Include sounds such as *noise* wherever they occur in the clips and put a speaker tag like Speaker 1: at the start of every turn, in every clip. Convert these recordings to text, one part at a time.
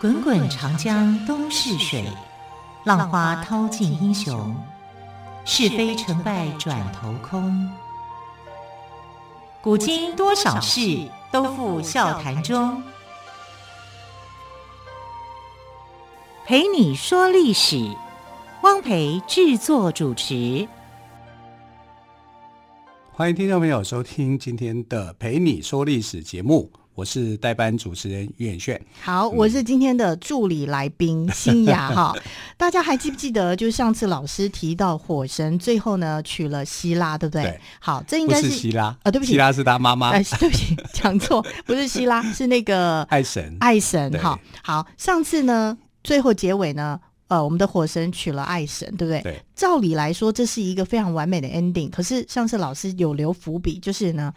Speaker 1: 滚滚长江东逝水，浪花淘尽英雄。是非成败转头空。古今多少事，都付笑谈中。陪你说历史，汪培制作主持。
Speaker 2: 欢迎听众朋友收听今天的《陪你说历史》节目，我是代班主持人于远炫。
Speaker 3: 好，我是今天的助理来宾新雅哈。大家还记不记得，就是上次老师提到火神最后呢娶了希拉，对不对？
Speaker 2: 对
Speaker 3: 好，这应
Speaker 2: 不
Speaker 3: 该
Speaker 2: 是
Speaker 3: 是
Speaker 2: 希拉
Speaker 3: 啊对不起
Speaker 2: 希拉是他妈妈，
Speaker 3: *laughs* 哎，对不起，讲错，不是希拉，是那个
Speaker 2: 爱神。
Speaker 3: 爱神
Speaker 2: 对
Speaker 3: 哈。好，上次呢，最后结尾呢，呃，我们的火神娶了爱神，对不对？
Speaker 2: 对
Speaker 3: 照理来说，这是一个非常完美的 ending。可是上次老师有留伏笔，就是呢，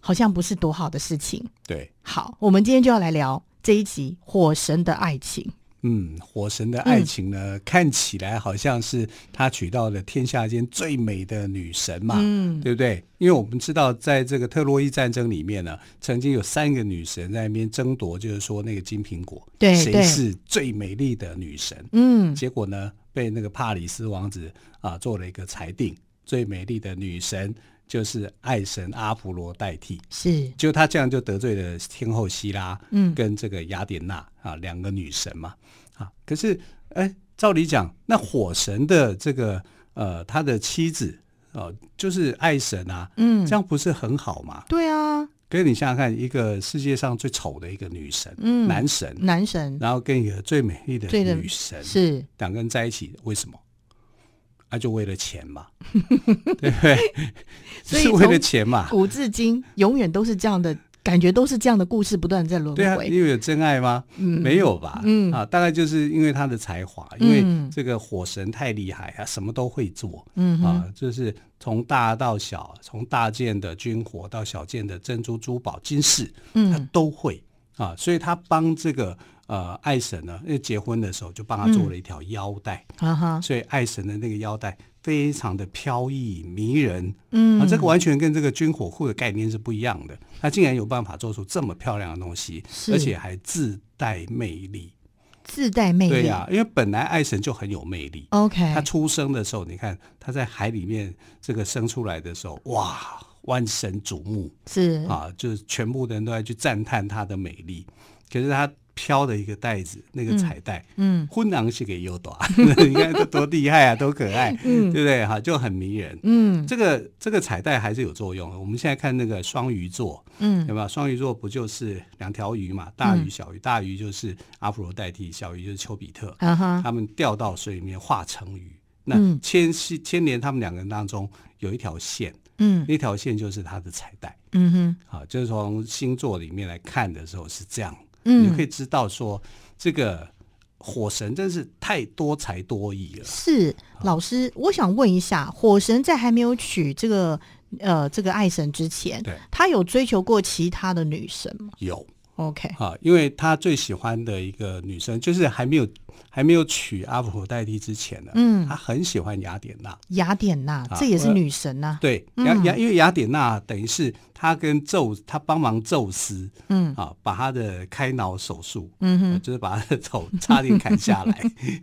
Speaker 3: 好像不是多好的事情。
Speaker 2: 对，
Speaker 3: 好，我们今天就要来聊这一集《火神的爱情》。
Speaker 2: 嗯，火神的爱情呢，看起来好像是他娶到了天下间最美的女神嘛，
Speaker 3: 嗯，
Speaker 2: 对不对？因为我们知道，在这个特洛伊战争里面呢，曾经有三个女神在那边争夺，就是说那个金苹果，
Speaker 3: 对
Speaker 2: 谁
Speaker 3: 对
Speaker 2: 是最美丽的女神？
Speaker 3: 嗯，
Speaker 2: 结果呢，被那个帕里斯王子啊做了一个裁定，最美丽的女神就是爱神阿芙罗代替。
Speaker 3: 是，
Speaker 2: 就他这样就得罪了天后希拉，
Speaker 3: 嗯
Speaker 2: 跟这个雅典娜啊两个女神嘛，啊，可是哎，照理讲，那火神的这个呃他的妻子哦、就是爱神啊，
Speaker 3: 嗯
Speaker 2: 这样不是很好吗？
Speaker 3: 对啊，
Speaker 2: 可是你想想看，一个世界上最丑的一个女神，
Speaker 3: 嗯
Speaker 2: 男神，
Speaker 3: 男神
Speaker 2: 然后跟一个最美丽的
Speaker 3: 最的
Speaker 2: 女神，
Speaker 3: 是
Speaker 2: 两个人在一起，为什么？那、就为了钱
Speaker 3: *laughs*
Speaker 2: 嘛，对不对？
Speaker 3: 所
Speaker 2: *laughs*
Speaker 3: 以
Speaker 2: 是为了
Speaker 3: 从
Speaker 2: 钱嘛，
Speaker 3: *laughs* 古至今永远都是这样的感觉，都是这样的故事不断地在轮
Speaker 2: 对啊，
Speaker 3: 回。
Speaker 2: 因为有真爱吗？
Speaker 3: 嗯
Speaker 2: 没有吧？
Speaker 3: 嗯
Speaker 2: 啊，大概就是因为他的才华，因为
Speaker 3: 嗯
Speaker 2: 这个火神太厉害啊，什么都会做
Speaker 3: 嗯哼，
Speaker 2: 啊，就是从大到小，从大件的军火到小件的珍珠、珠宝、金饰，他
Speaker 3: 嗯
Speaker 2: 都会啊，所以他帮这个呃爱神呢，因为结婚的时候就帮他做了一条腰带，
Speaker 3: 啊哈，
Speaker 2: 所以爱神的那个腰带非常的飘逸迷人。
Speaker 3: 嗯
Speaker 2: 啊，这个完全跟这个军火库的概念是不一样的。他竟然有办法做出这么漂亮的东西，
Speaker 3: 是
Speaker 2: 而且还自带魅力。
Speaker 3: 自带魅
Speaker 2: 对
Speaker 3: 力。
Speaker 2: 呀、因为本来爱神就很有魅力。
Speaker 3: OK，
Speaker 2: 他出生的时候，你看他在海里面这个生出来的时候，哇，万神瞩目
Speaker 3: 是
Speaker 2: 啊，就是全部的人都在去赞叹他的美丽。可是他飘的一个袋子，那个彩带，
Speaker 3: 嗯
Speaker 2: 昏囊是给诱导， *laughs* 你看这多厉害啊，多可爱，对
Speaker 3: 嗯
Speaker 2: 不对？哈，就很迷人。
Speaker 3: 嗯
Speaker 2: 这个这个彩带还是有作用的。我们现在看那个双鱼座，
Speaker 3: 嗯
Speaker 2: 对吧？双鱼座不就是两条鱼嘛，大鱼
Speaker 3: 嗯
Speaker 2: 小鱼，大鱼就是阿芙罗代替，小鱼就是丘比特，
Speaker 3: 啊哈，
Speaker 2: 他们掉到水里面化成鱼。那
Speaker 3: 嗯
Speaker 2: 牵系牵连他们两个人当中有一条线，
Speaker 3: 嗯
Speaker 2: 那条线就是它的彩带
Speaker 3: 嗯哼，
Speaker 2: 啊，就是从星座里面来看的时候是这样，你就可以
Speaker 3: 嗯
Speaker 2: 知道说这个火神真是太多才多艺了。
Speaker 3: 是老师，我想问一下，火神在还没有娶这个呃这个爱神之前，
Speaker 2: 对，
Speaker 3: 他有追求过其他的女神吗
Speaker 2: 有
Speaker 3: ？OK，
Speaker 2: 啊，因为他最喜欢的一个女生，就是还没有还没有娶阿普罗代替之前呢，
Speaker 3: 嗯
Speaker 2: 他很喜欢雅典娜。
Speaker 3: 雅典娜
Speaker 2: 啊
Speaker 3: 这也是
Speaker 2: 我
Speaker 3: 女神啊呐。
Speaker 2: 对，雅雅、
Speaker 3: 嗯
Speaker 2: 因为雅典娜等于是他跟宙，他帮忙宙斯
Speaker 3: 嗯
Speaker 2: 啊，把他的开脑手术，
Speaker 3: 嗯哼
Speaker 2: 呃。就是把他的
Speaker 3: *laughs*
Speaker 2: 头差点砍下来， *laughs*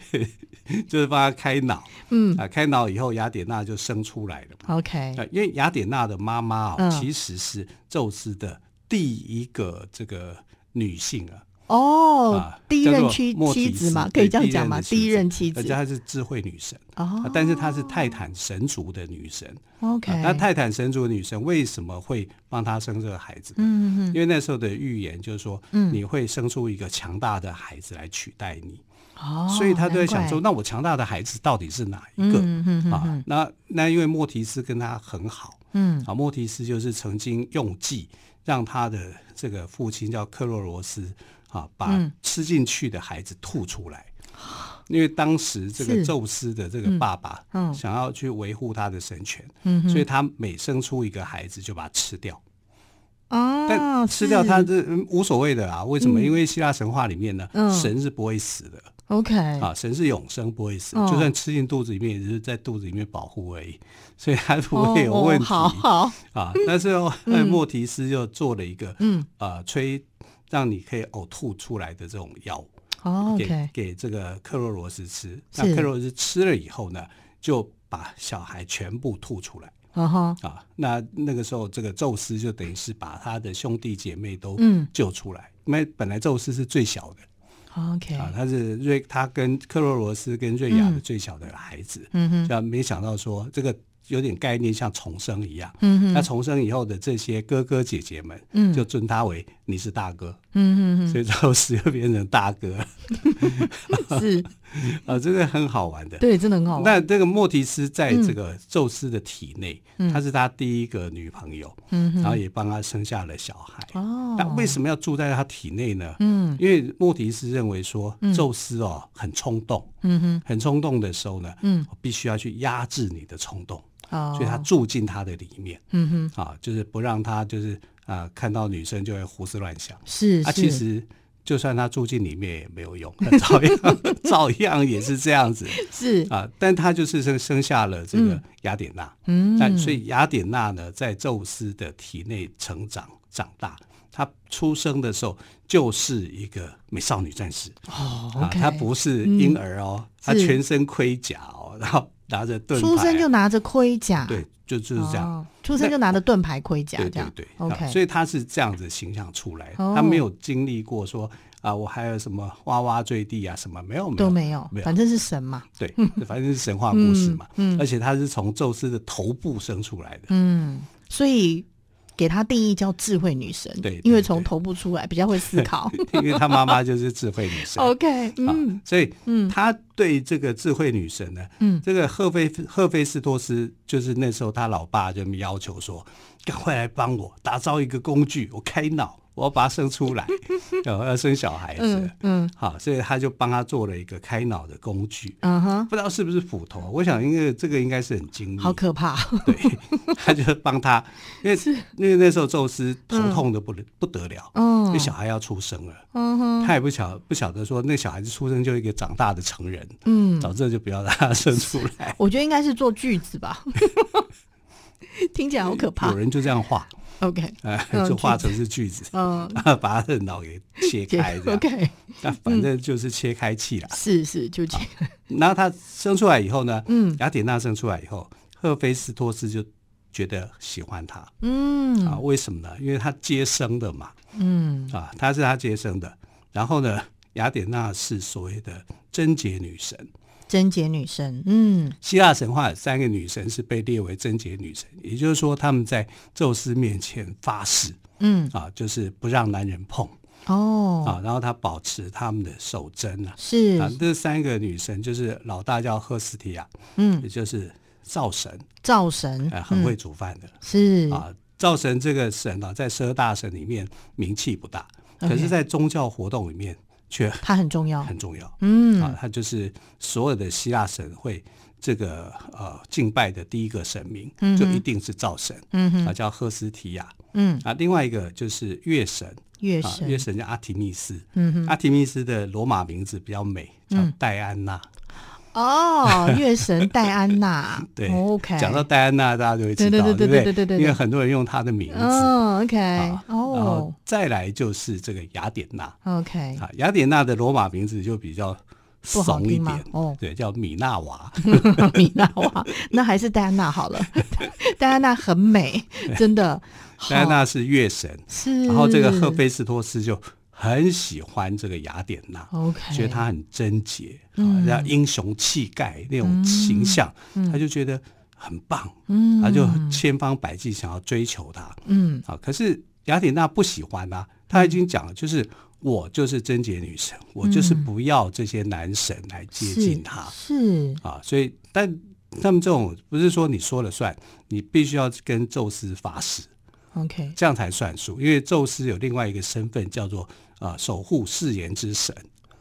Speaker 2: 就是帮他开脑
Speaker 3: 嗯
Speaker 2: 啊，开脑以后雅典娜就生出来了嘛。
Speaker 3: ，OK，
Speaker 2: 啊，因为雅典娜的妈妈哦，
Speaker 3: 嗯
Speaker 2: 其实是宙斯的第一个这个女性啊，
Speaker 3: 哦
Speaker 2: 啊，
Speaker 3: 第一
Speaker 2: 叫做
Speaker 3: 任妻
Speaker 2: 莫
Speaker 3: 妻
Speaker 2: 提
Speaker 3: 子
Speaker 2: 斯
Speaker 3: 嘛，可
Speaker 2: 对
Speaker 3: 以这样讲嘛，
Speaker 2: 第
Speaker 3: 第一任妻
Speaker 2: 而
Speaker 3: 子
Speaker 2: 且，她是智慧女神，啊
Speaker 3: 哦，
Speaker 2: 但是她是泰坦神族的女神。
Speaker 3: OK，
Speaker 2: 啊那泰坦神族的女神为什么会帮她生这个孩子？
Speaker 3: 嗯嗯
Speaker 2: 因为那时候的预言就是说，
Speaker 3: 嗯
Speaker 2: 你会生出一个强大的孩子来取代你，
Speaker 3: 嗯，哦，
Speaker 2: 所以她都在想
Speaker 3: 难
Speaker 2: 说，
Speaker 3: 怪
Speaker 2: 那我强大的孩子到底是哪一个？
Speaker 3: 嗯嗯嗯
Speaker 2: 啊，那那因为莫提斯跟她很好，
Speaker 3: 嗯
Speaker 2: 啊，莫提斯就是曾经用计让他的这个父亲叫克洛罗斯啊，把
Speaker 3: 嗯啊
Speaker 2: 吃进去的孩子吐出来。因为当时这个
Speaker 3: 是
Speaker 2: 宙斯的这个爸爸
Speaker 3: 嗯
Speaker 2: 想要去维护他的神权，
Speaker 3: 嗯哼
Speaker 2: 所以他每生出一个孩子就把它吃掉。
Speaker 3: 啊，
Speaker 2: 但吃掉他
Speaker 3: 是
Speaker 2: 这嗯无所谓的啊，为什么？因为希腊神话里面呢，
Speaker 3: 嗯
Speaker 2: 神是不会死的。
Speaker 3: OK，
Speaker 2: 啊，神是永生不会死，
Speaker 3: 嗯哦
Speaker 2: 就算吃进肚子里面，也是在肚子里面保护而已，所以它不会有
Speaker 3: 哦哦
Speaker 2: 问题。
Speaker 3: 好好，
Speaker 2: 啊，但是哦，莫提斯就做了一个啊
Speaker 3: 嗯
Speaker 2: 呃吹让你可以呕吐出来的这种药，
Speaker 3: 哦
Speaker 2: 给、
Speaker 3: ，OK，
Speaker 2: 给这个克洛罗斯吃。
Speaker 3: 是
Speaker 2: 那克洛罗斯吃了以后呢，就把小孩全部吐出来
Speaker 3: 哦哈，
Speaker 2: 啊。那那个时候，这个宙斯就等于是把他的兄弟姐妹都
Speaker 3: 嗯
Speaker 2: 救出来，因为本来宙斯是最小的
Speaker 3: ，OK，
Speaker 2: 啊，他是瑞，他跟克洛罗斯跟瑞亚的最小的孩子，
Speaker 3: 嗯哼，
Speaker 2: 但、没想到说这个有点概念像重生一样。
Speaker 3: 嗯哼，
Speaker 2: 那重生以后的这些哥哥姐姐们，
Speaker 3: 嗯
Speaker 2: 就尊他为你是大哥，
Speaker 3: 嗯
Speaker 2: 所以宙斯就变成大哥了
Speaker 3: 哼
Speaker 2: *laughs*
Speaker 3: 哼，是，
Speaker 2: 啊，这个很好玩的。
Speaker 3: 对，真的很好玩。
Speaker 2: 那这个莫提斯在这
Speaker 3: 嗯
Speaker 2: 个宙斯的体内，她是他第一个女朋友，
Speaker 3: 嗯
Speaker 2: 然后也帮他生下了小孩。
Speaker 3: 哦，
Speaker 2: 那为什么要住在他体内呢？
Speaker 3: 嗯
Speaker 2: 因为莫提斯认为说，宙斯哦很冲动，
Speaker 3: 嗯哼，
Speaker 2: 很冲动的时候呢，
Speaker 3: 嗯，
Speaker 2: 必须要去压制你的冲动，
Speaker 3: 哦，
Speaker 2: 所以他住进他的里面
Speaker 3: 嗯哼，
Speaker 2: 啊，就是不让他就是啊、呃看到女生就会胡思乱想。
Speaker 3: 是
Speaker 2: 啊，
Speaker 3: 是，
Speaker 2: 其实就算他住进里面也没 *laughs* 有用，照样照样也是这样子
Speaker 3: 是，
Speaker 2: 啊。但他就是生生下了这个
Speaker 3: 嗯
Speaker 2: 雅典娜，
Speaker 3: 嗯，
Speaker 2: 那、所以雅典娜呢，在宙斯的体内成长长大。她出生的时候就是一个美少女战士
Speaker 3: 哦
Speaker 2: 啊，
Speaker 3: ，OK，嗯
Speaker 2: 她不是婴儿哦，她
Speaker 3: 是
Speaker 2: 全身盔甲哦，然后拿着盾牌，啊
Speaker 3: 出生就拿着盔甲，
Speaker 2: 对，就就是这样。
Speaker 3: 哦，出生就拿着盾牌盔甲
Speaker 2: 对
Speaker 3: 这样，
Speaker 2: 对对啊
Speaker 3: OK，
Speaker 2: 所以他是这样子形象出来的，
Speaker 3: 哦
Speaker 2: 他没有经历过说啊，我还有什么哇哇坠地啊什么没有没
Speaker 3: 都
Speaker 2: 有
Speaker 3: 没有
Speaker 2: 没，有
Speaker 3: 反正是神嘛，
Speaker 2: 对，反正是神话故事嘛，
Speaker 3: 嗯嗯嗯
Speaker 2: 而且他是从宙斯的头部生出来的，
Speaker 3: 嗯，所以给他定义叫智慧女神，
Speaker 2: 对对
Speaker 3: 因为从
Speaker 2: 对
Speaker 3: 头部出来比较会思
Speaker 2: *laughs*
Speaker 3: 考
Speaker 2: 因为他妈妈就是智慧女神。
Speaker 3: ，OK，嗯
Speaker 2: 啊，所以
Speaker 3: 嗯
Speaker 2: 他对这个智慧女神呢，
Speaker 3: 嗯
Speaker 2: 这个赫菲赫菲斯托斯就是那时候他老爸就要求说，赶快来帮我打造一个工具，我开脑，我要把它生出来， *laughs* 然后要生小孩子。
Speaker 3: 嗯嗯
Speaker 2: 好，所以他就帮他做了一个开脑的工具，
Speaker 3: 嗯哼，
Speaker 2: 不知道是不是斧头，我想因为这个应该是很精密，
Speaker 3: 好可怕，
Speaker 2: *laughs* 对，他就帮他，因为因为那时候宙斯头痛的不得、不得了，因
Speaker 3: 嗯
Speaker 2: 为小孩要出生了，
Speaker 3: 嗯哼，
Speaker 2: 他也不晓不晓得说那小孩子出生就是一个长大的成人，
Speaker 3: 嗯，
Speaker 2: 早知道就不要让他生出来，
Speaker 3: 我觉得应该是做句
Speaker 2: *laughs*
Speaker 3: 子吧，听起来好可怕
Speaker 2: 有人就这样
Speaker 3: *laughs*
Speaker 2: 画，
Speaker 3: ，OK，
Speaker 2: 呃
Speaker 3: 嗯，
Speaker 2: 就画成是句子。
Speaker 3: 嗯，
Speaker 2: *laughs* 把他的脑给切
Speaker 3: 解
Speaker 2: 开，这样，
Speaker 3: OK，嗯
Speaker 2: 那反正就是切开气啦。
Speaker 3: 是是，就这样，
Speaker 2: 然后他生出来以后呢，
Speaker 3: 嗯
Speaker 2: 雅典娜生出来以后，赫菲斯托斯就觉得喜欢她啊？
Speaker 3: 嗯
Speaker 2: 为什么呢？因为她接生的嘛，
Speaker 3: 嗯，
Speaker 2: 啊，她是她接生的。然后呢，雅典娜是所谓的贞洁女神。
Speaker 3: 贞洁女神，嗯
Speaker 2: 希腊神话有三个女神是被列为贞洁女神，也就是说，她们在宙斯面前发誓
Speaker 3: 嗯，
Speaker 2: 啊，就是不让男人碰
Speaker 3: 哦，
Speaker 2: 啊，然后她保持她们的守贞啊。
Speaker 3: 是，
Speaker 2: 啊，这三个女神就是老大叫赫斯提亚，也
Speaker 3: 嗯，
Speaker 2: 就是灶神，
Speaker 3: 灶神
Speaker 2: 啊，很会
Speaker 3: 嗯
Speaker 2: 煮饭的。
Speaker 3: 是
Speaker 2: 啊，灶神这个神啊，在十二大神里面名气不大，
Speaker 3: OK
Speaker 2: 可是，在宗教活动里面却
Speaker 3: 它很重要，
Speaker 2: 很重要啊
Speaker 3: 嗯。，
Speaker 2: 他就是所有的希腊神会这个呃敬拜的第一个神明，
Speaker 3: 嗯哼
Speaker 2: 就一定是灶神
Speaker 3: 嗯哼，
Speaker 2: 啊，叫赫斯提亚
Speaker 3: 嗯，
Speaker 2: 啊。另外一个就是月神
Speaker 3: 月
Speaker 2: 啊，
Speaker 3: 神，
Speaker 2: 月神叫阿提密斯，
Speaker 3: 嗯哼，
Speaker 2: 阿提密斯的罗马名字比较美，叫
Speaker 3: 嗯
Speaker 2: 戴安娜。，
Speaker 3: 哦，月神戴安娜
Speaker 2: *laughs* 对
Speaker 3: ，OK，
Speaker 2: 讲到戴安娜，大家就会知道，
Speaker 3: 对对对
Speaker 2: 不
Speaker 3: 对对对对对
Speaker 2: 因为很多人用她的名字啊。
Speaker 3: 嗯，OK，
Speaker 2: 然后
Speaker 3: 哦
Speaker 2: 再来就是这个雅典娜，
Speaker 3: ，OK，
Speaker 2: 啊，雅典娜的罗马名字就比较
Speaker 3: 不好
Speaker 2: 怂一
Speaker 3: 听哦吗
Speaker 2: 点？
Speaker 3: 哦， *laughs*
Speaker 2: 对，叫米娜娃。
Speaker 3: 米娜哇，那还是戴安
Speaker 2: *laughs*
Speaker 3: 娜好了，戴安娜很美，真的，好
Speaker 2: 戴安娜是月神，
Speaker 3: 是，
Speaker 2: 然后这个赫菲斯托斯就很喜欢这个雅典娜，
Speaker 3: ，OK，
Speaker 2: 觉得她很贞洁，啊，
Speaker 3: 嗯
Speaker 2: 然后英雄气概那种形象，他就觉得很棒，
Speaker 3: 嗯，
Speaker 2: 他就千方百计想要追求她
Speaker 3: 嗯
Speaker 2: 啊。可是雅典娜不喜欢啊，她已经讲了，就是。我就是贞洁女神，我就是
Speaker 3: 嗯
Speaker 2: 不要这些男神来接
Speaker 3: 是
Speaker 2: 近她。
Speaker 3: 是，
Speaker 2: 啊，所以但他们这种不是说你说了算，你必须要跟宙斯发誓，
Speaker 3: OK，
Speaker 2: 这样才算数。因为宙斯有另外一个身份叫做啊守护誓言之神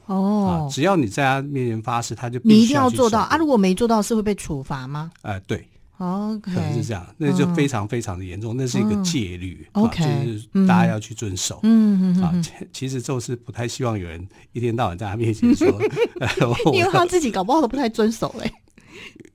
Speaker 2: 啊
Speaker 3: 哦，，
Speaker 2: 只要你在他面前发誓，他就
Speaker 3: 你
Speaker 2: 必
Speaker 3: 一
Speaker 2: 须
Speaker 3: 定要
Speaker 2: 去
Speaker 3: 做到
Speaker 2: 守护
Speaker 3: 啊！如果没做到，是会被处罚吗
Speaker 2: 呃，对，
Speaker 3: ？OK，
Speaker 2: 可能是这样，那就非常非常的严重，那是一个戒律、
Speaker 3: 嗯
Speaker 2: 啊，
Speaker 3: OK，
Speaker 2: 就是
Speaker 3: 嗯
Speaker 2: 大家要去遵守。
Speaker 3: 嗯，嗯嗯
Speaker 2: 啊，其其实宙斯不太希望有人一天到晚在他面
Speaker 3: *laughs*
Speaker 2: 前说，呃、我 *laughs*
Speaker 3: 欸因为他自己搞不好都不太遵守嘞。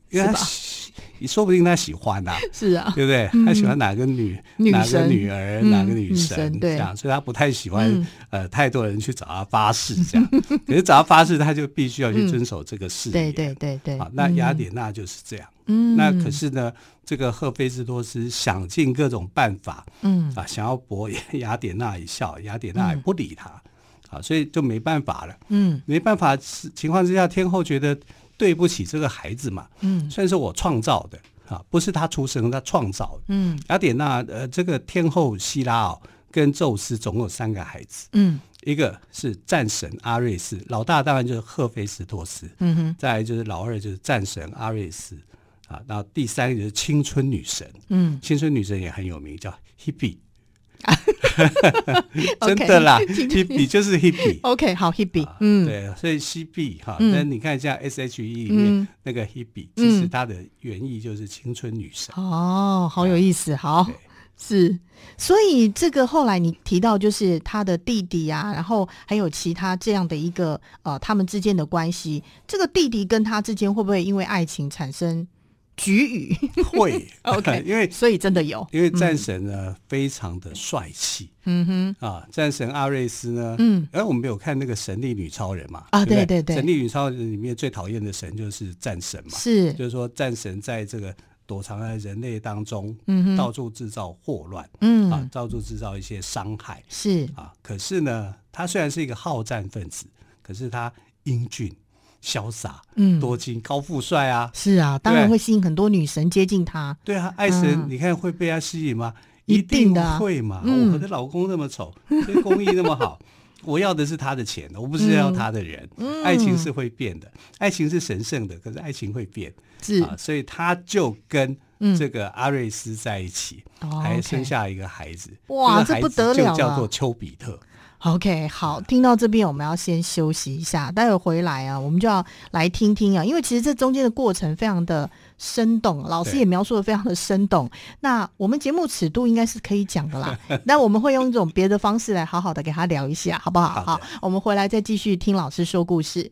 Speaker 2: 因为他
Speaker 3: 是吧
Speaker 2: 希说不定他喜欢呐、
Speaker 3: 是啊，
Speaker 2: 对不对？他喜欢哪个女、
Speaker 3: 女
Speaker 2: 哪个
Speaker 3: 神
Speaker 2: 女儿、
Speaker 3: 嗯
Speaker 2: 哪个女
Speaker 3: 女
Speaker 2: 神
Speaker 3: 神
Speaker 2: 这
Speaker 3: 对
Speaker 2: 样，所以他不太喜欢、
Speaker 3: 嗯
Speaker 2: 呃太多人去找他发誓这
Speaker 3: *laughs*
Speaker 2: 样。可是找他发誓，他就必须要去遵守这个誓言。
Speaker 3: 对对对对。
Speaker 2: 啊，那雅
Speaker 3: 嗯，
Speaker 2: 典娜就是这样。
Speaker 3: 嗯，
Speaker 2: 那可，是呢，这个赫菲斯托斯想尽各种办法
Speaker 3: 嗯，
Speaker 2: 啊，想要博 *laughs* 雅典娜一笑，雅典娜也
Speaker 3: 嗯
Speaker 2: 不理他啊，所以就没办法了。
Speaker 3: 嗯
Speaker 2: 没办法情况之下，天后觉得对不起这个孩子嘛，
Speaker 3: 嗯
Speaker 2: 虽然是我创造的啊，不是他出生，他创造的。
Speaker 3: 嗯
Speaker 2: 雅典娜，呃，这个天后希拉哦，跟宙斯总共有三个孩子，
Speaker 3: 嗯
Speaker 2: 一个是战神阿瑞斯，老大当然就是赫菲斯托斯，
Speaker 3: 嗯哼，
Speaker 2: 再来就是老二就是战神阿瑞斯，啊，然后第三个就是青春女神，
Speaker 3: 嗯，
Speaker 2: 青春女神也很有名，叫 Hebe，真
Speaker 3: *laughs* OK，
Speaker 2: 的啦，Hebe 就是 Hebe。
Speaker 3: OK，好，Hebe，
Speaker 2: 啊
Speaker 3: 哦嗯，
Speaker 2: 对，所以 Hebe 哈，
Speaker 3: 嗯
Speaker 2: 那你看像 S H E 里
Speaker 3: 嗯
Speaker 2: 面那个 Hebe，其实它的原意就是青春女神。
Speaker 3: 哦，好有意思，好
Speaker 2: 对。
Speaker 3: 是，所以这个后来你提到，就是他的弟弟啊，然后还有其他这样的一个呃，他们之间的关系，这个弟弟跟他之间会不会因为爱情产生局语？ *laughs*
Speaker 2: 会
Speaker 3: OK
Speaker 2: *laughs* 因为
Speaker 3: 所以真的
Speaker 2: *laughs*
Speaker 3: 有，
Speaker 2: 因为战神呢、非常的帅气
Speaker 3: 嗯哼，
Speaker 2: 啊，战神阿瑞斯呢，
Speaker 3: 嗯，
Speaker 2: 哎，我们有看那个神力女超人嘛？
Speaker 3: 啊
Speaker 2: 对不
Speaker 3: 对对对
Speaker 2: 神力女超人里面最讨厌的神就是战神嘛，
Speaker 3: 是，
Speaker 2: 就是说战神在这个躲藏在人类当中，
Speaker 3: 嗯哼
Speaker 2: 到处制造祸乱、啊
Speaker 3: 嗯，，
Speaker 2: 到处制造一些伤害
Speaker 3: 是，
Speaker 2: 啊。可是呢，他虽然是一个好战分子，可是他英俊、潇洒、
Speaker 3: 嗯，
Speaker 2: 多金、高富帅啊，
Speaker 3: 是啊，当然
Speaker 2: 对
Speaker 3: 会吸引很多女神接近他，
Speaker 2: 对啊，爱神，
Speaker 3: 嗯
Speaker 2: 你看会被他吸引吗？
Speaker 3: 一
Speaker 2: 一
Speaker 3: 定的啊
Speaker 2: 会嘛！哦
Speaker 3: 嗯
Speaker 2: 我的老公那么
Speaker 3: *laughs*
Speaker 2: 丑，对公益那么好，我要的是他的钱，我不是要他的人。
Speaker 3: 嗯
Speaker 2: 爱情是会变的，爱情是神圣的，可是爱情会变
Speaker 3: 是，
Speaker 2: 啊，所以他就跟
Speaker 3: 嗯
Speaker 2: 这个阿瑞斯在一起，
Speaker 3: 哦
Speaker 2: 还
Speaker 3: OK
Speaker 2: 生下一个孩子。
Speaker 3: 哇
Speaker 2: 个孩
Speaker 3: 这不
Speaker 2: 子
Speaker 3: 得了
Speaker 2: 就叫
Speaker 3: 了
Speaker 2: 做丘比特。
Speaker 3: OK，好，听到这边我们要先休息一下，待会回来啊，我们就要来听听啊，因为其实这中间的过程非常的生动，老师
Speaker 2: 对
Speaker 3: 也描述的非常的生动。那我们节目尺度应该是可以讲的啦，
Speaker 2: *laughs*
Speaker 3: 那我们会用一种别的方式来好好的给他聊一下，好不好？
Speaker 2: 好的
Speaker 3: 好，我们回来再继续听老师说故事。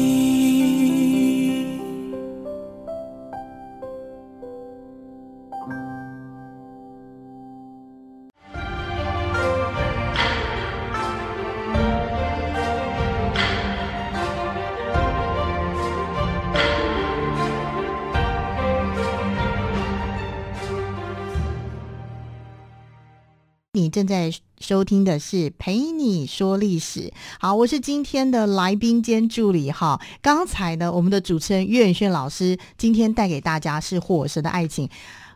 Speaker 3: 你正在收听的是《陪你说历史》。好，我是今天的来宾兼助理哈。刚才呢，我们的主持人岳远轩老师今天带给大家是《火神的爱情》。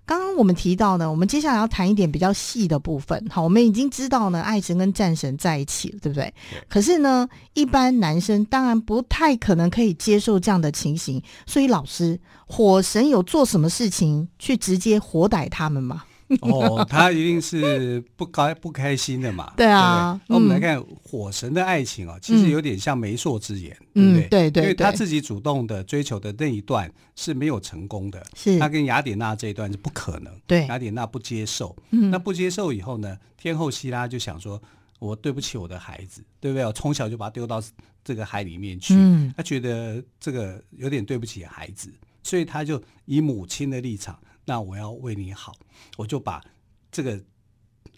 Speaker 3: 刚刚我们提到呢，我们接下来要谈一点比较细的部分。好，我们已经知道呢，爱神跟战神在一起了，对不对？可是呢，一般男生当然不太可能可以接受这样的情形。所以老师，火神有做什么事情去直接火逮他们吗？
Speaker 2: 哦，他一定是不高不开心的嘛。
Speaker 3: 对啊
Speaker 2: 对不对那我们
Speaker 3: 嗯
Speaker 2: 来看火神的爱情哦，其实有点像媒妁之言，
Speaker 3: 嗯
Speaker 2: 对不对？
Speaker 3: 对对
Speaker 2: 因为他
Speaker 3: 对
Speaker 2: 自己主动的追求的那一段是没有成功的，
Speaker 3: 是
Speaker 2: 他跟雅典娜这一段是不可能。
Speaker 3: 对
Speaker 2: 雅典娜不接受，
Speaker 3: 嗯
Speaker 2: 那不接受以后呢，天后希拉就想说，我对不起我的孩子，对不对？我从小就把他丢到这个海里面去，
Speaker 3: 嗯
Speaker 2: 他觉得这个有点对不起孩子，所以他就以母亲的立场，那我要为你好，我就把这个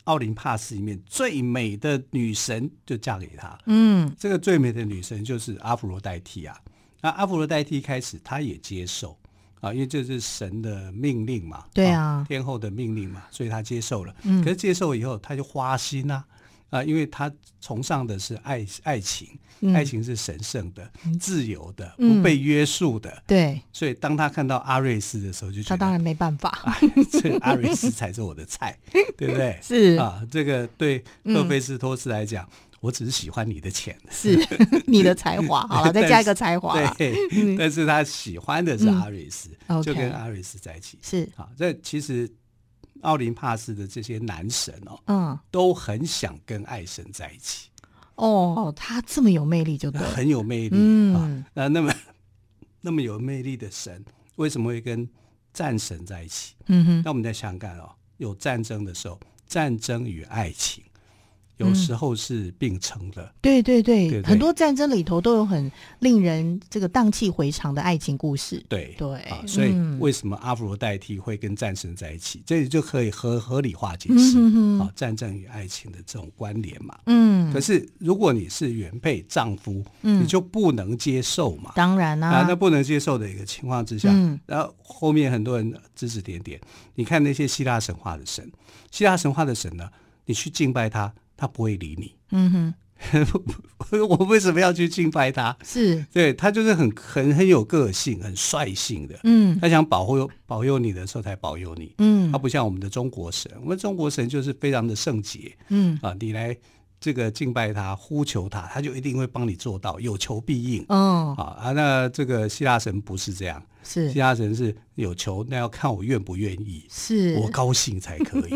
Speaker 2: 奥林帕斯里面最美的女神就嫁给他。
Speaker 3: 嗯
Speaker 2: 这个最美的女神就是阿芙罗代替啊。那阿芙罗代替开始，她也接受啊，因为这是神的命令嘛，
Speaker 3: 对啊
Speaker 2: 天后的命令嘛，所以她接受了。
Speaker 3: 嗯
Speaker 2: 可是接受以后，她就花心啊啊，因为她崇尚的是爱爱情，
Speaker 3: 嗯
Speaker 2: 爱情是神圣的、自由的、
Speaker 3: 嗯
Speaker 2: 不被约束的。
Speaker 3: 对
Speaker 2: 所以当她看到阿瑞斯的时候，就觉
Speaker 3: 他
Speaker 2: 得
Speaker 3: 当然没办法，
Speaker 2: 哎， *laughs* 这个阿瑞斯才是我的
Speaker 3: *laughs*
Speaker 2: 菜，对不对？
Speaker 3: 是嗯
Speaker 2: 啊，这个对赫菲斯托斯来讲，我只是喜欢你的钱。
Speaker 3: 是你的才华，好了，再加一个才华啦，
Speaker 2: 对，但是他喜欢的是阿瑞斯，
Speaker 3: 嗯
Speaker 2: 就
Speaker 3: OK
Speaker 2: 跟阿瑞斯在一起。
Speaker 3: 是
Speaker 2: 啊，这其实奥林帕斯的这些男神哦，
Speaker 3: 嗯，
Speaker 2: 都很想跟爱神在一
Speaker 3: *laughs*
Speaker 2: 起，
Speaker 3: 哦，他这么有魅力就对了，
Speaker 2: 很有魅力、
Speaker 3: 嗯
Speaker 2: 啊。那那么 *laughs* 那么有魅力的神，为什么会跟战神在一起？
Speaker 3: 嗯哼，
Speaker 2: 那我们在想想看哦，有战争的时候，战争与爱情
Speaker 3: 嗯
Speaker 2: 有时候是并称的。
Speaker 3: 对对对，
Speaker 2: 对对
Speaker 3: 很多战争里头都有很令人这个荡气回肠的爱情故事。
Speaker 2: 对
Speaker 3: 对
Speaker 2: 啊，所以
Speaker 3: 嗯
Speaker 2: 为什么阿芙罗代替会跟战神在一起？这里就可以合合理化解
Speaker 3: 嗯
Speaker 2: 释
Speaker 3: 哼哼
Speaker 2: 啊战争与爱情的这种关联嘛。
Speaker 3: 嗯
Speaker 2: 可，是如果你是原配丈夫，
Speaker 3: 嗯
Speaker 2: 你就不能接受嘛。
Speaker 3: 当然啦、
Speaker 2: 啊，那不能接受的一个情况之下，
Speaker 3: 嗯
Speaker 2: 然后后面很多人指指点点。你看那些希腊神话的神，希腊神话的神呢，你去敬拜他，他不会理你。
Speaker 3: 嗯哼，
Speaker 2: *laughs* 我为什么要去敬拜他？
Speaker 3: 是，
Speaker 2: 对他就是很很很有个性、很率性的，
Speaker 3: 嗯
Speaker 2: 他想保护保佑你的时候才保佑你。
Speaker 3: 嗯
Speaker 2: 他不像我们的中国神，我们中国神就是非常的圣洁
Speaker 3: 嗯
Speaker 2: 啊，你来这个敬拜他、呼求他，他就一定会帮你做到，有求必应。
Speaker 3: 哦，
Speaker 2: 啊啊，那这个希腊神不是这样，
Speaker 3: 是
Speaker 2: 希腊神是有求，那要看我愿不愿意，
Speaker 3: 是，嗯
Speaker 2: 我高兴才可
Speaker 3: *laughs*
Speaker 2: 以。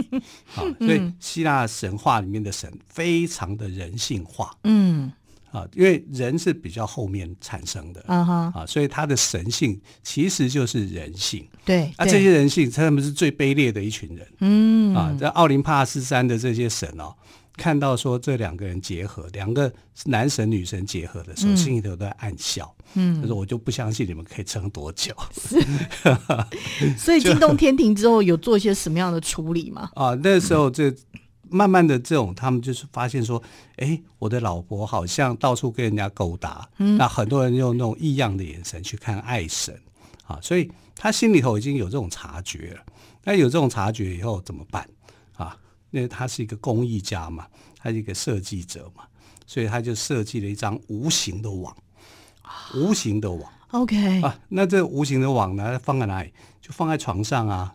Speaker 2: 啊，所以希腊神话里面的神非常的人性化
Speaker 3: 嗯
Speaker 2: 啊，因为人是比较后面产生的
Speaker 3: 啊哈，
Speaker 2: 啊，所以他的神性其实就是人性
Speaker 3: 对
Speaker 2: 啊，
Speaker 3: 对
Speaker 2: 这些人性他们是最卑劣的一群人
Speaker 3: 嗯
Speaker 2: 啊。在奥林帕斯山的这些神哦，看到说这两个人结合，两个男神女神结合的时候，心里头都在暗笑。他
Speaker 3: 嗯，
Speaker 2: 说我就不相信你们可以撑多久
Speaker 3: 所以惊动天庭之后有做些什么样的处理吗？
Speaker 2: 啊！那时候这慢慢的这种，他们就是发现说，哎，我的老婆好像到处跟人家勾搭，那很多人用那种异样的眼神去看爱神啊，所以他心里头已经有这种察觉了。那有这种察觉以后怎么办啊？那他是一个工艺家嘛，他是一个设计者嘛，所以他就设计了一张无形的网，无形的网。
Speaker 3: OK，、
Speaker 2: 啊，那这无形的网呢，放在哪里？就放在床上啊。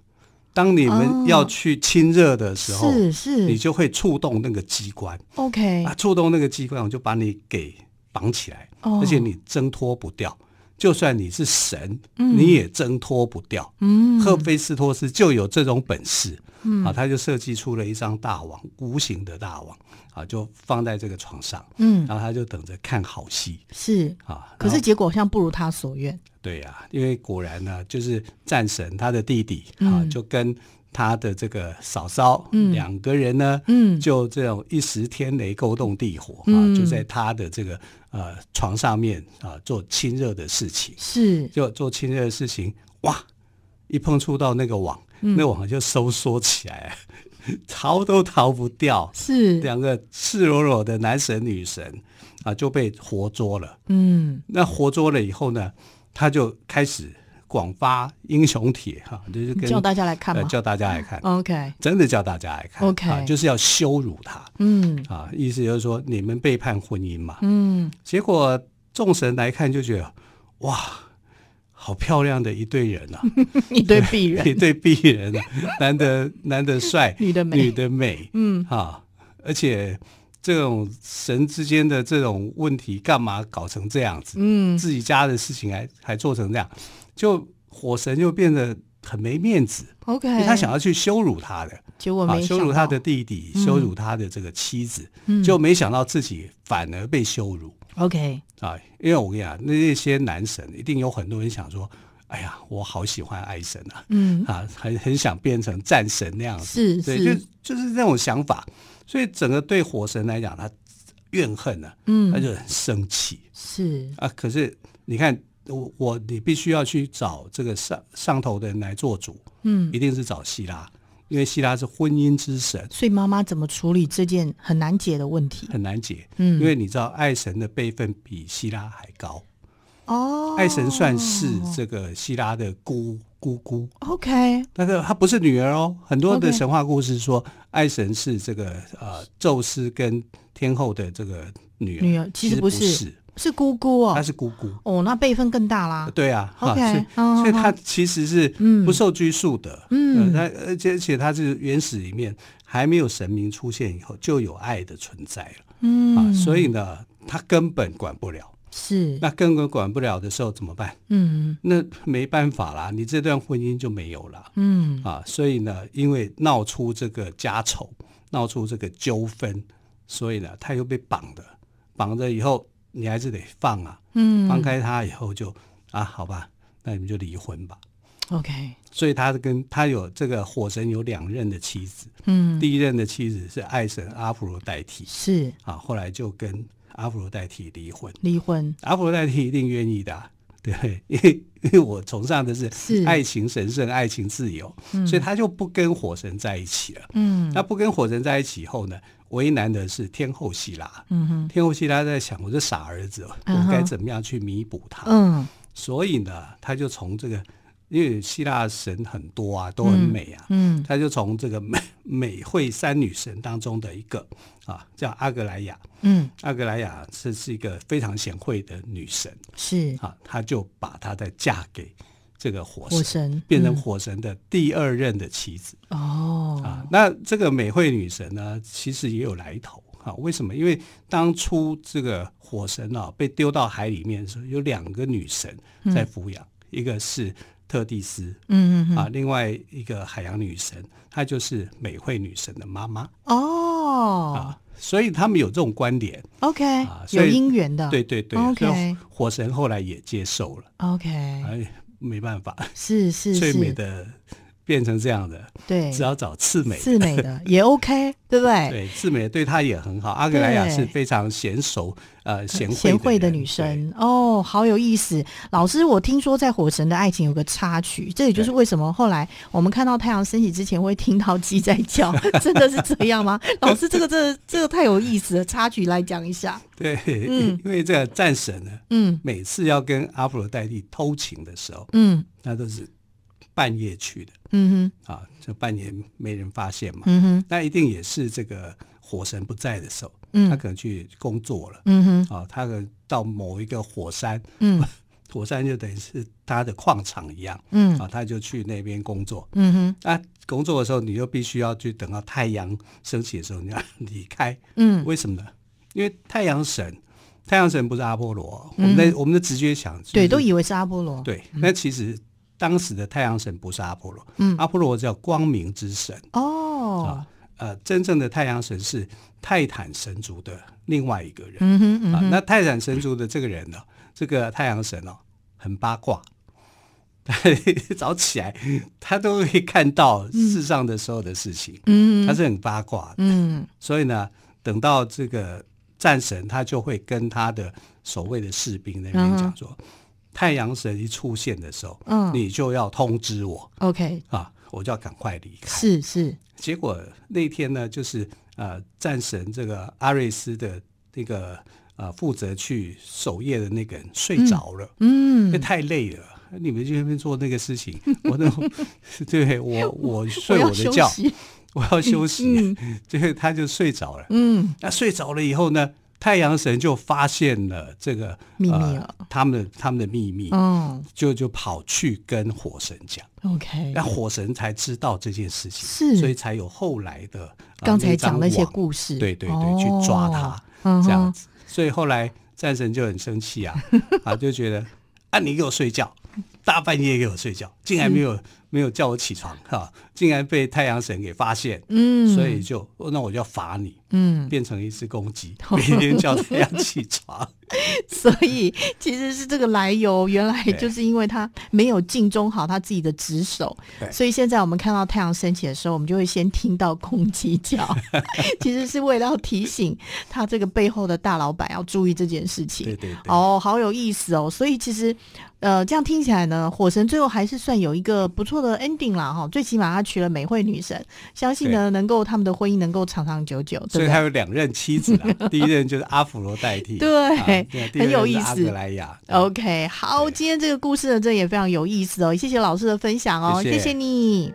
Speaker 2: 当你们要去亲热的时候，
Speaker 3: 哦是
Speaker 2: 你
Speaker 3: 是哎
Speaker 2: 就会触动那个机关
Speaker 3: ，OK，
Speaker 2: 啊，触动那个机关，我就把你给绑起来，
Speaker 3: 哦
Speaker 2: 而且你挣脱不掉。就算你是神，你也挣脱不掉。
Speaker 3: 嗯，
Speaker 2: 赫菲斯托斯就有这种本事，啊，他就设计出了一张大网，无形的大网，啊，就放在这个床上，
Speaker 3: 嗯
Speaker 2: 然后他就等着看好戏
Speaker 3: 是，
Speaker 2: 啊。
Speaker 3: 可
Speaker 2: 然
Speaker 3: 是
Speaker 2: 后
Speaker 3: 结果好像不如他所愿。
Speaker 2: 对呀、因为果然呢、就是战神他的弟弟啊，
Speaker 3: 嗯
Speaker 2: 就跟他的这个嫂嫂、
Speaker 3: 嗯
Speaker 2: 两个人呢，
Speaker 3: 嗯
Speaker 2: 就这种一时天雷勾动地火啊，
Speaker 3: 嗯
Speaker 2: 就在他的这个呃床上面啊做亲热的事情，
Speaker 3: 是，
Speaker 2: 就做亲热的事情，哇，一碰触到那个网，
Speaker 3: 嗯
Speaker 2: 那网就收缩起来， *laughs* 逃都逃不掉，
Speaker 3: 是，
Speaker 2: 两个赤裸裸的男神女神啊就被活捉了。
Speaker 3: 嗯，
Speaker 2: 那活捉了以后呢，他就开始广发英雄帖哈、就是跟
Speaker 3: 叫大家来看
Speaker 2: 呃
Speaker 3: 嘛。
Speaker 2: 叫大家来看，
Speaker 3: OK，
Speaker 2: 真的叫大家来看
Speaker 3: OK
Speaker 2: 啊，就是要羞辱他
Speaker 3: 嗯
Speaker 2: *laughs* 啊，意思就是说你们背叛婚姻嘛。
Speaker 3: 嗯，
Speaker 2: 结果众神来看就觉得哇，好漂亮的一对人啊， *laughs*
Speaker 3: 一堆鄙
Speaker 2: 一
Speaker 3: 人，
Speaker 2: 对璧人啊， *laughs* 男的男的帅，
Speaker 3: 女的美
Speaker 2: 女的美，
Speaker 3: 嗯
Speaker 2: 啊，而且这种神之间的这种问题，干嘛搞成这样子？
Speaker 3: 嗯
Speaker 2: 自己家的事情还还做成这样，就火神就变得很没面子，
Speaker 3: ，OK，
Speaker 2: 因为他想要去羞辱他的
Speaker 3: 结果
Speaker 2: 啊，
Speaker 3: 没
Speaker 2: 羞
Speaker 3: 想
Speaker 2: 辱他
Speaker 3: 到
Speaker 2: 的弟弟，
Speaker 3: 嗯
Speaker 2: 羞辱他的这个妻子，
Speaker 3: 嗯
Speaker 2: 就没想到自己反而被羞辱
Speaker 3: OK，
Speaker 2: 啊！因为我跟你讲，那些男神一定有很多人想说，哎呀，我好喜欢爱神啊，
Speaker 3: 嗯，
Speaker 2: 啊，很很想变成战神那样子，
Speaker 3: 是，
Speaker 2: 嗯对，就是就是那种想法，所以整个对火神来讲，他怨恨呢、啊，他
Speaker 3: 嗯，
Speaker 2: 就很生气。
Speaker 3: 是，
Speaker 2: 啊，可是你看，我我你必须要去找这个上上头的人来做主，
Speaker 3: 嗯，
Speaker 2: 一定是找希拉，因为希拉是婚姻之神，
Speaker 3: 所以妈妈怎么处理这件很难解的问题？
Speaker 2: 很难解。
Speaker 3: 嗯
Speaker 2: 因为你知道，爱神的辈分比希拉还高，
Speaker 3: 哦，
Speaker 2: 爱神算是这个希拉的姑姑姑，
Speaker 3: 哦 OK，
Speaker 2: 但是她不是女儿哦。很多的
Speaker 3: OK
Speaker 2: 神话故事说，爱神是这个呃宙斯跟天后的这个女儿，
Speaker 3: 女儿其实不
Speaker 2: 不
Speaker 3: 是是姑姑
Speaker 2: 她
Speaker 3: 哦，
Speaker 2: 是姑姑。
Speaker 3: 哦，那辈分更大啦。
Speaker 2: 对啊，哈
Speaker 3: OK，
Speaker 2: 是
Speaker 3: 嗯
Speaker 2: 所以
Speaker 3: 嗯
Speaker 2: 它其实是
Speaker 3: 嗯
Speaker 2: 不受拘束的，呃
Speaker 3: 嗯
Speaker 2: 它而且而且它是原始里面还没有神明出现以后就有爱的存在了、啊，
Speaker 3: 嗯，
Speaker 2: 所以呢，它根本管不了，
Speaker 3: 是，
Speaker 2: 那根本管不了的时候怎么办？
Speaker 3: 嗯
Speaker 2: 那没办法啦，你这段婚姻就没有了
Speaker 3: 嗯，
Speaker 2: 啊。所以呢，因为闹出这个家丑，闹出这个纠纷，所以呢，他又被绑的，绑着以后你还是得放啊，
Speaker 3: 嗯
Speaker 2: 放开他以后就啊，好吧，那你们就离婚吧。
Speaker 3: ，OK，
Speaker 2: 所以他跟他有这个火神有两任的妻子，
Speaker 3: 嗯，
Speaker 2: 第一任的妻子是爱神阿芙罗代替
Speaker 3: 是
Speaker 2: 啊，后来就跟阿芙罗代替离婚。
Speaker 3: 离婚，
Speaker 2: 阿佛代替一定愿意的、啊， *laughs* 对不对，因为因为我崇尚的
Speaker 3: 是
Speaker 2: 是爱情神圣、爱情自由，所以他就不跟火神在一起了。
Speaker 3: 嗯
Speaker 2: 那不跟火神在一起以后呢，为难的是天后希拉。
Speaker 3: 嗯哼，
Speaker 2: 天后希拉在想，我这傻儿子，
Speaker 3: 嗯哼
Speaker 2: 我该怎么样去弥补他？
Speaker 3: 嗯
Speaker 2: 所以呢，他就从这个，因为希腊神很多啊，都很美啊，
Speaker 3: 嗯
Speaker 2: 他就从这个美美惠三女神当中的一个啊，叫阿格莱亚。
Speaker 3: 嗯，
Speaker 2: 阿格莱亚是是一个非常贤惠的女神，
Speaker 3: 是
Speaker 2: 啊，她就把她再嫁给这个火神，
Speaker 3: 火神
Speaker 2: 哦
Speaker 3: 嗯
Speaker 2: 变成火神的第二任的妻子、
Speaker 3: 哦，
Speaker 2: 啊。那这个美惠女神呢，其实也有来头啊。为什么？因为当初这个火神啊被丢到海里面的时候，有两个女神在抚养，一个是特蒂斯
Speaker 3: 嗯嗯嗯，
Speaker 2: 啊，另外一个海洋女神，她就是美惠女神的妈妈
Speaker 3: 哦
Speaker 2: 啊。所以他们有这种关联，
Speaker 3: ，OK，
Speaker 2: 啊所
Speaker 3: 有
Speaker 2: 以
Speaker 3: 姻缘的，哦
Speaker 2: 对对对
Speaker 3: OK
Speaker 2: 所以火神后来也接受了，
Speaker 3: ，OK，
Speaker 2: 哎，没办法，
Speaker 3: 是是
Speaker 2: 最美
Speaker 3: 是，
Speaker 2: 的变成这样的，
Speaker 3: 对，
Speaker 2: 只要找次美的。
Speaker 3: 是美的也 OK，对不对？
Speaker 2: 对，次美对她也很好。阿格莱亚
Speaker 3: 对
Speaker 2: 是非常娴熟、呃贤惠
Speaker 3: 贤惠的
Speaker 2: 人
Speaker 3: 女。
Speaker 2: 对
Speaker 3: 生哦，好有意思。老师，我听说在《火神的爱情》有个插曲，这也就是为什么后来我们看到太阳升起之前会听到鸡在叫， *laughs* 真的是这样吗？老师，这个这个这个太有意思了，插曲来讲一下。
Speaker 2: 对，
Speaker 3: 嗯
Speaker 2: 因为这个战神呢，
Speaker 3: 嗯
Speaker 2: 每次要跟阿佛罗代蒂偷情的时候，
Speaker 3: 嗯
Speaker 2: 那都是半夜去的
Speaker 3: 嗯
Speaker 2: 啊，就半夜没人发现嘛
Speaker 3: 哼。嗯哼
Speaker 2: 那一定也是这个火神不在的时候，他
Speaker 3: 嗯
Speaker 2: 可能去工作了
Speaker 3: 嗯哼
Speaker 2: 啊，他可能到某一个火山，
Speaker 3: 嗯
Speaker 2: *laughs* 火山就等于是他的矿场一样
Speaker 3: 嗯
Speaker 2: 啊，他就去那边工作。
Speaker 3: 嗯哼
Speaker 2: 啊，工作的时候你就必须要去等到太阳升起的时候，你要离开。
Speaker 3: 嗯
Speaker 2: 为什么呢？因为太阳神，太阳神不是阿波罗，我们的、我们的直觉想、就是，
Speaker 3: 嗯对，都以为是阿波罗。
Speaker 2: 对。那其实当时的太阳神不是阿波罗，
Speaker 3: 嗯
Speaker 2: 阿波罗叫光明之神。
Speaker 3: 哦，
Speaker 2: 呃，真正的太阳神是泰坦神族的另外一个人、
Speaker 3: 嗯哼嗯
Speaker 2: 啊。
Speaker 3: 哼，
Speaker 2: 那泰坦神族的这个人呢、这个太阳神哦，很八卦。 *laughs* 早起来，他都会看到世上的所有的事情。
Speaker 3: 嗯
Speaker 2: 他
Speaker 3: 哼
Speaker 2: 是很八卦的，
Speaker 3: 嗯
Speaker 2: 所以呢，等到这个战神，他就会跟他的所谓的士兵那边讲说，太阳神一出现的时候，
Speaker 3: 嗯
Speaker 2: 你就要通知我
Speaker 3: ，OK，
Speaker 2: 啊，我就要赶快离开。
Speaker 3: 是是，
Speaker 2: 结果那天呢，就是呃，战神这个阿瑞斯的那个呃负责去守夜的那个人睡着了，因为
Speaker 3: 嗯，
Speaker 2: 太累了。你们去那边做那个事情，我那 *laughs* 对我我睡
Speaker 3: 要
Speaker 2: 我的
Speaker 3: 休
Speaker 2: 觉，
Speaker 3: 息
Speaker 2: 我要休息，
Speaker 3: 嗯
Speaker 2: 所以他就睡着了。
Speaker 3: 嗯
Speaker 2: 那睡着了以后呢，太阳神就发现了这个
Speaker 3: 秘密
Speaker 2: 呃
Speaker 3: 了
Speaker 2: 他们的他们的秘密，
Speaker 3: 嗯
Speaker 2: 就就跑去跟火神讲，
Speaker 3: ，OK，
Speaker 2: 那火神才知道这件事情，
Speaker 3: 是
Speaker 2: 所以才有后来的、呃
Speaker 3: 刚才讲那些
Speaker 2: 张网
Speaker 3: 故事，
Speaker 2: 对对对，
Speaker 3: 哦
Speaker 2: 去抓他、
Speaker 3: 嗯哼
Speaker 2: 这样子，所以后来战神就很生气啊，啊就觉得啊你给我睡觉，大半夜给我睡觉，竟然没
Speaker 3: 嗯
Speaker 2: 有、没有叫我起床哈、竟然被太阳神给发现，
Speaker 3: 嗯，
Speaker 2: 所以就哦那我就要罚你，
Speaker 3: 嗯，
Speaker 2: 变成一只公
Speaker 3: *laughs*
Speaker 2: 鸡，每天叫太阳起床。 *laughs*
Speaker 3: 所以其实是这个来由，原来就是因为他没有尽忠好他自己的职守，
Speaker 2: 对
Speaker 3: 所以现在我们看到太阳升起的时候，我们就会先听到公鸡
Speaker 2: *laughs*
Speaker 3: 叫，其实是为了要提醒他这个背后的大老板要注意这件事情。
Speaker 2: 对对对，
Speaker 3: 哦，好有意思哦！所以其实，呃，这样听起来呢，火神最后还是算有一个不错的 ending 啦，哈。最起码他娶了美惠女神，相信呢，能够他们的婚姻能够长长久久，
Speaker 2: 所
Speaker 3: 对
Speaker 2: 以
Speaker 3: 不
Speaker 2: 他
Speaker 3: 对？
Speaker 2: 有两任妻子
Speaker 3: *laughs*
Speaker 2: 啦，第一任就是阿芙罗代替，
Speaker 3: 对
Speaker 2: 啊第二
Speaker 3: 很有
Speaker 2: 任是
Speaker 3: 意
Speaker 2: 阿
Speaker 3: 思
Speaker 2: 格莱亚。
Speaker 3: OK，好，
Speaker 2: 对
Speaker 3: 今天这个故事呢，真的也非常有意思哦，谢谢老师的分享哦，
Speaker 2: 谢谢
Speaker 3: 谢你。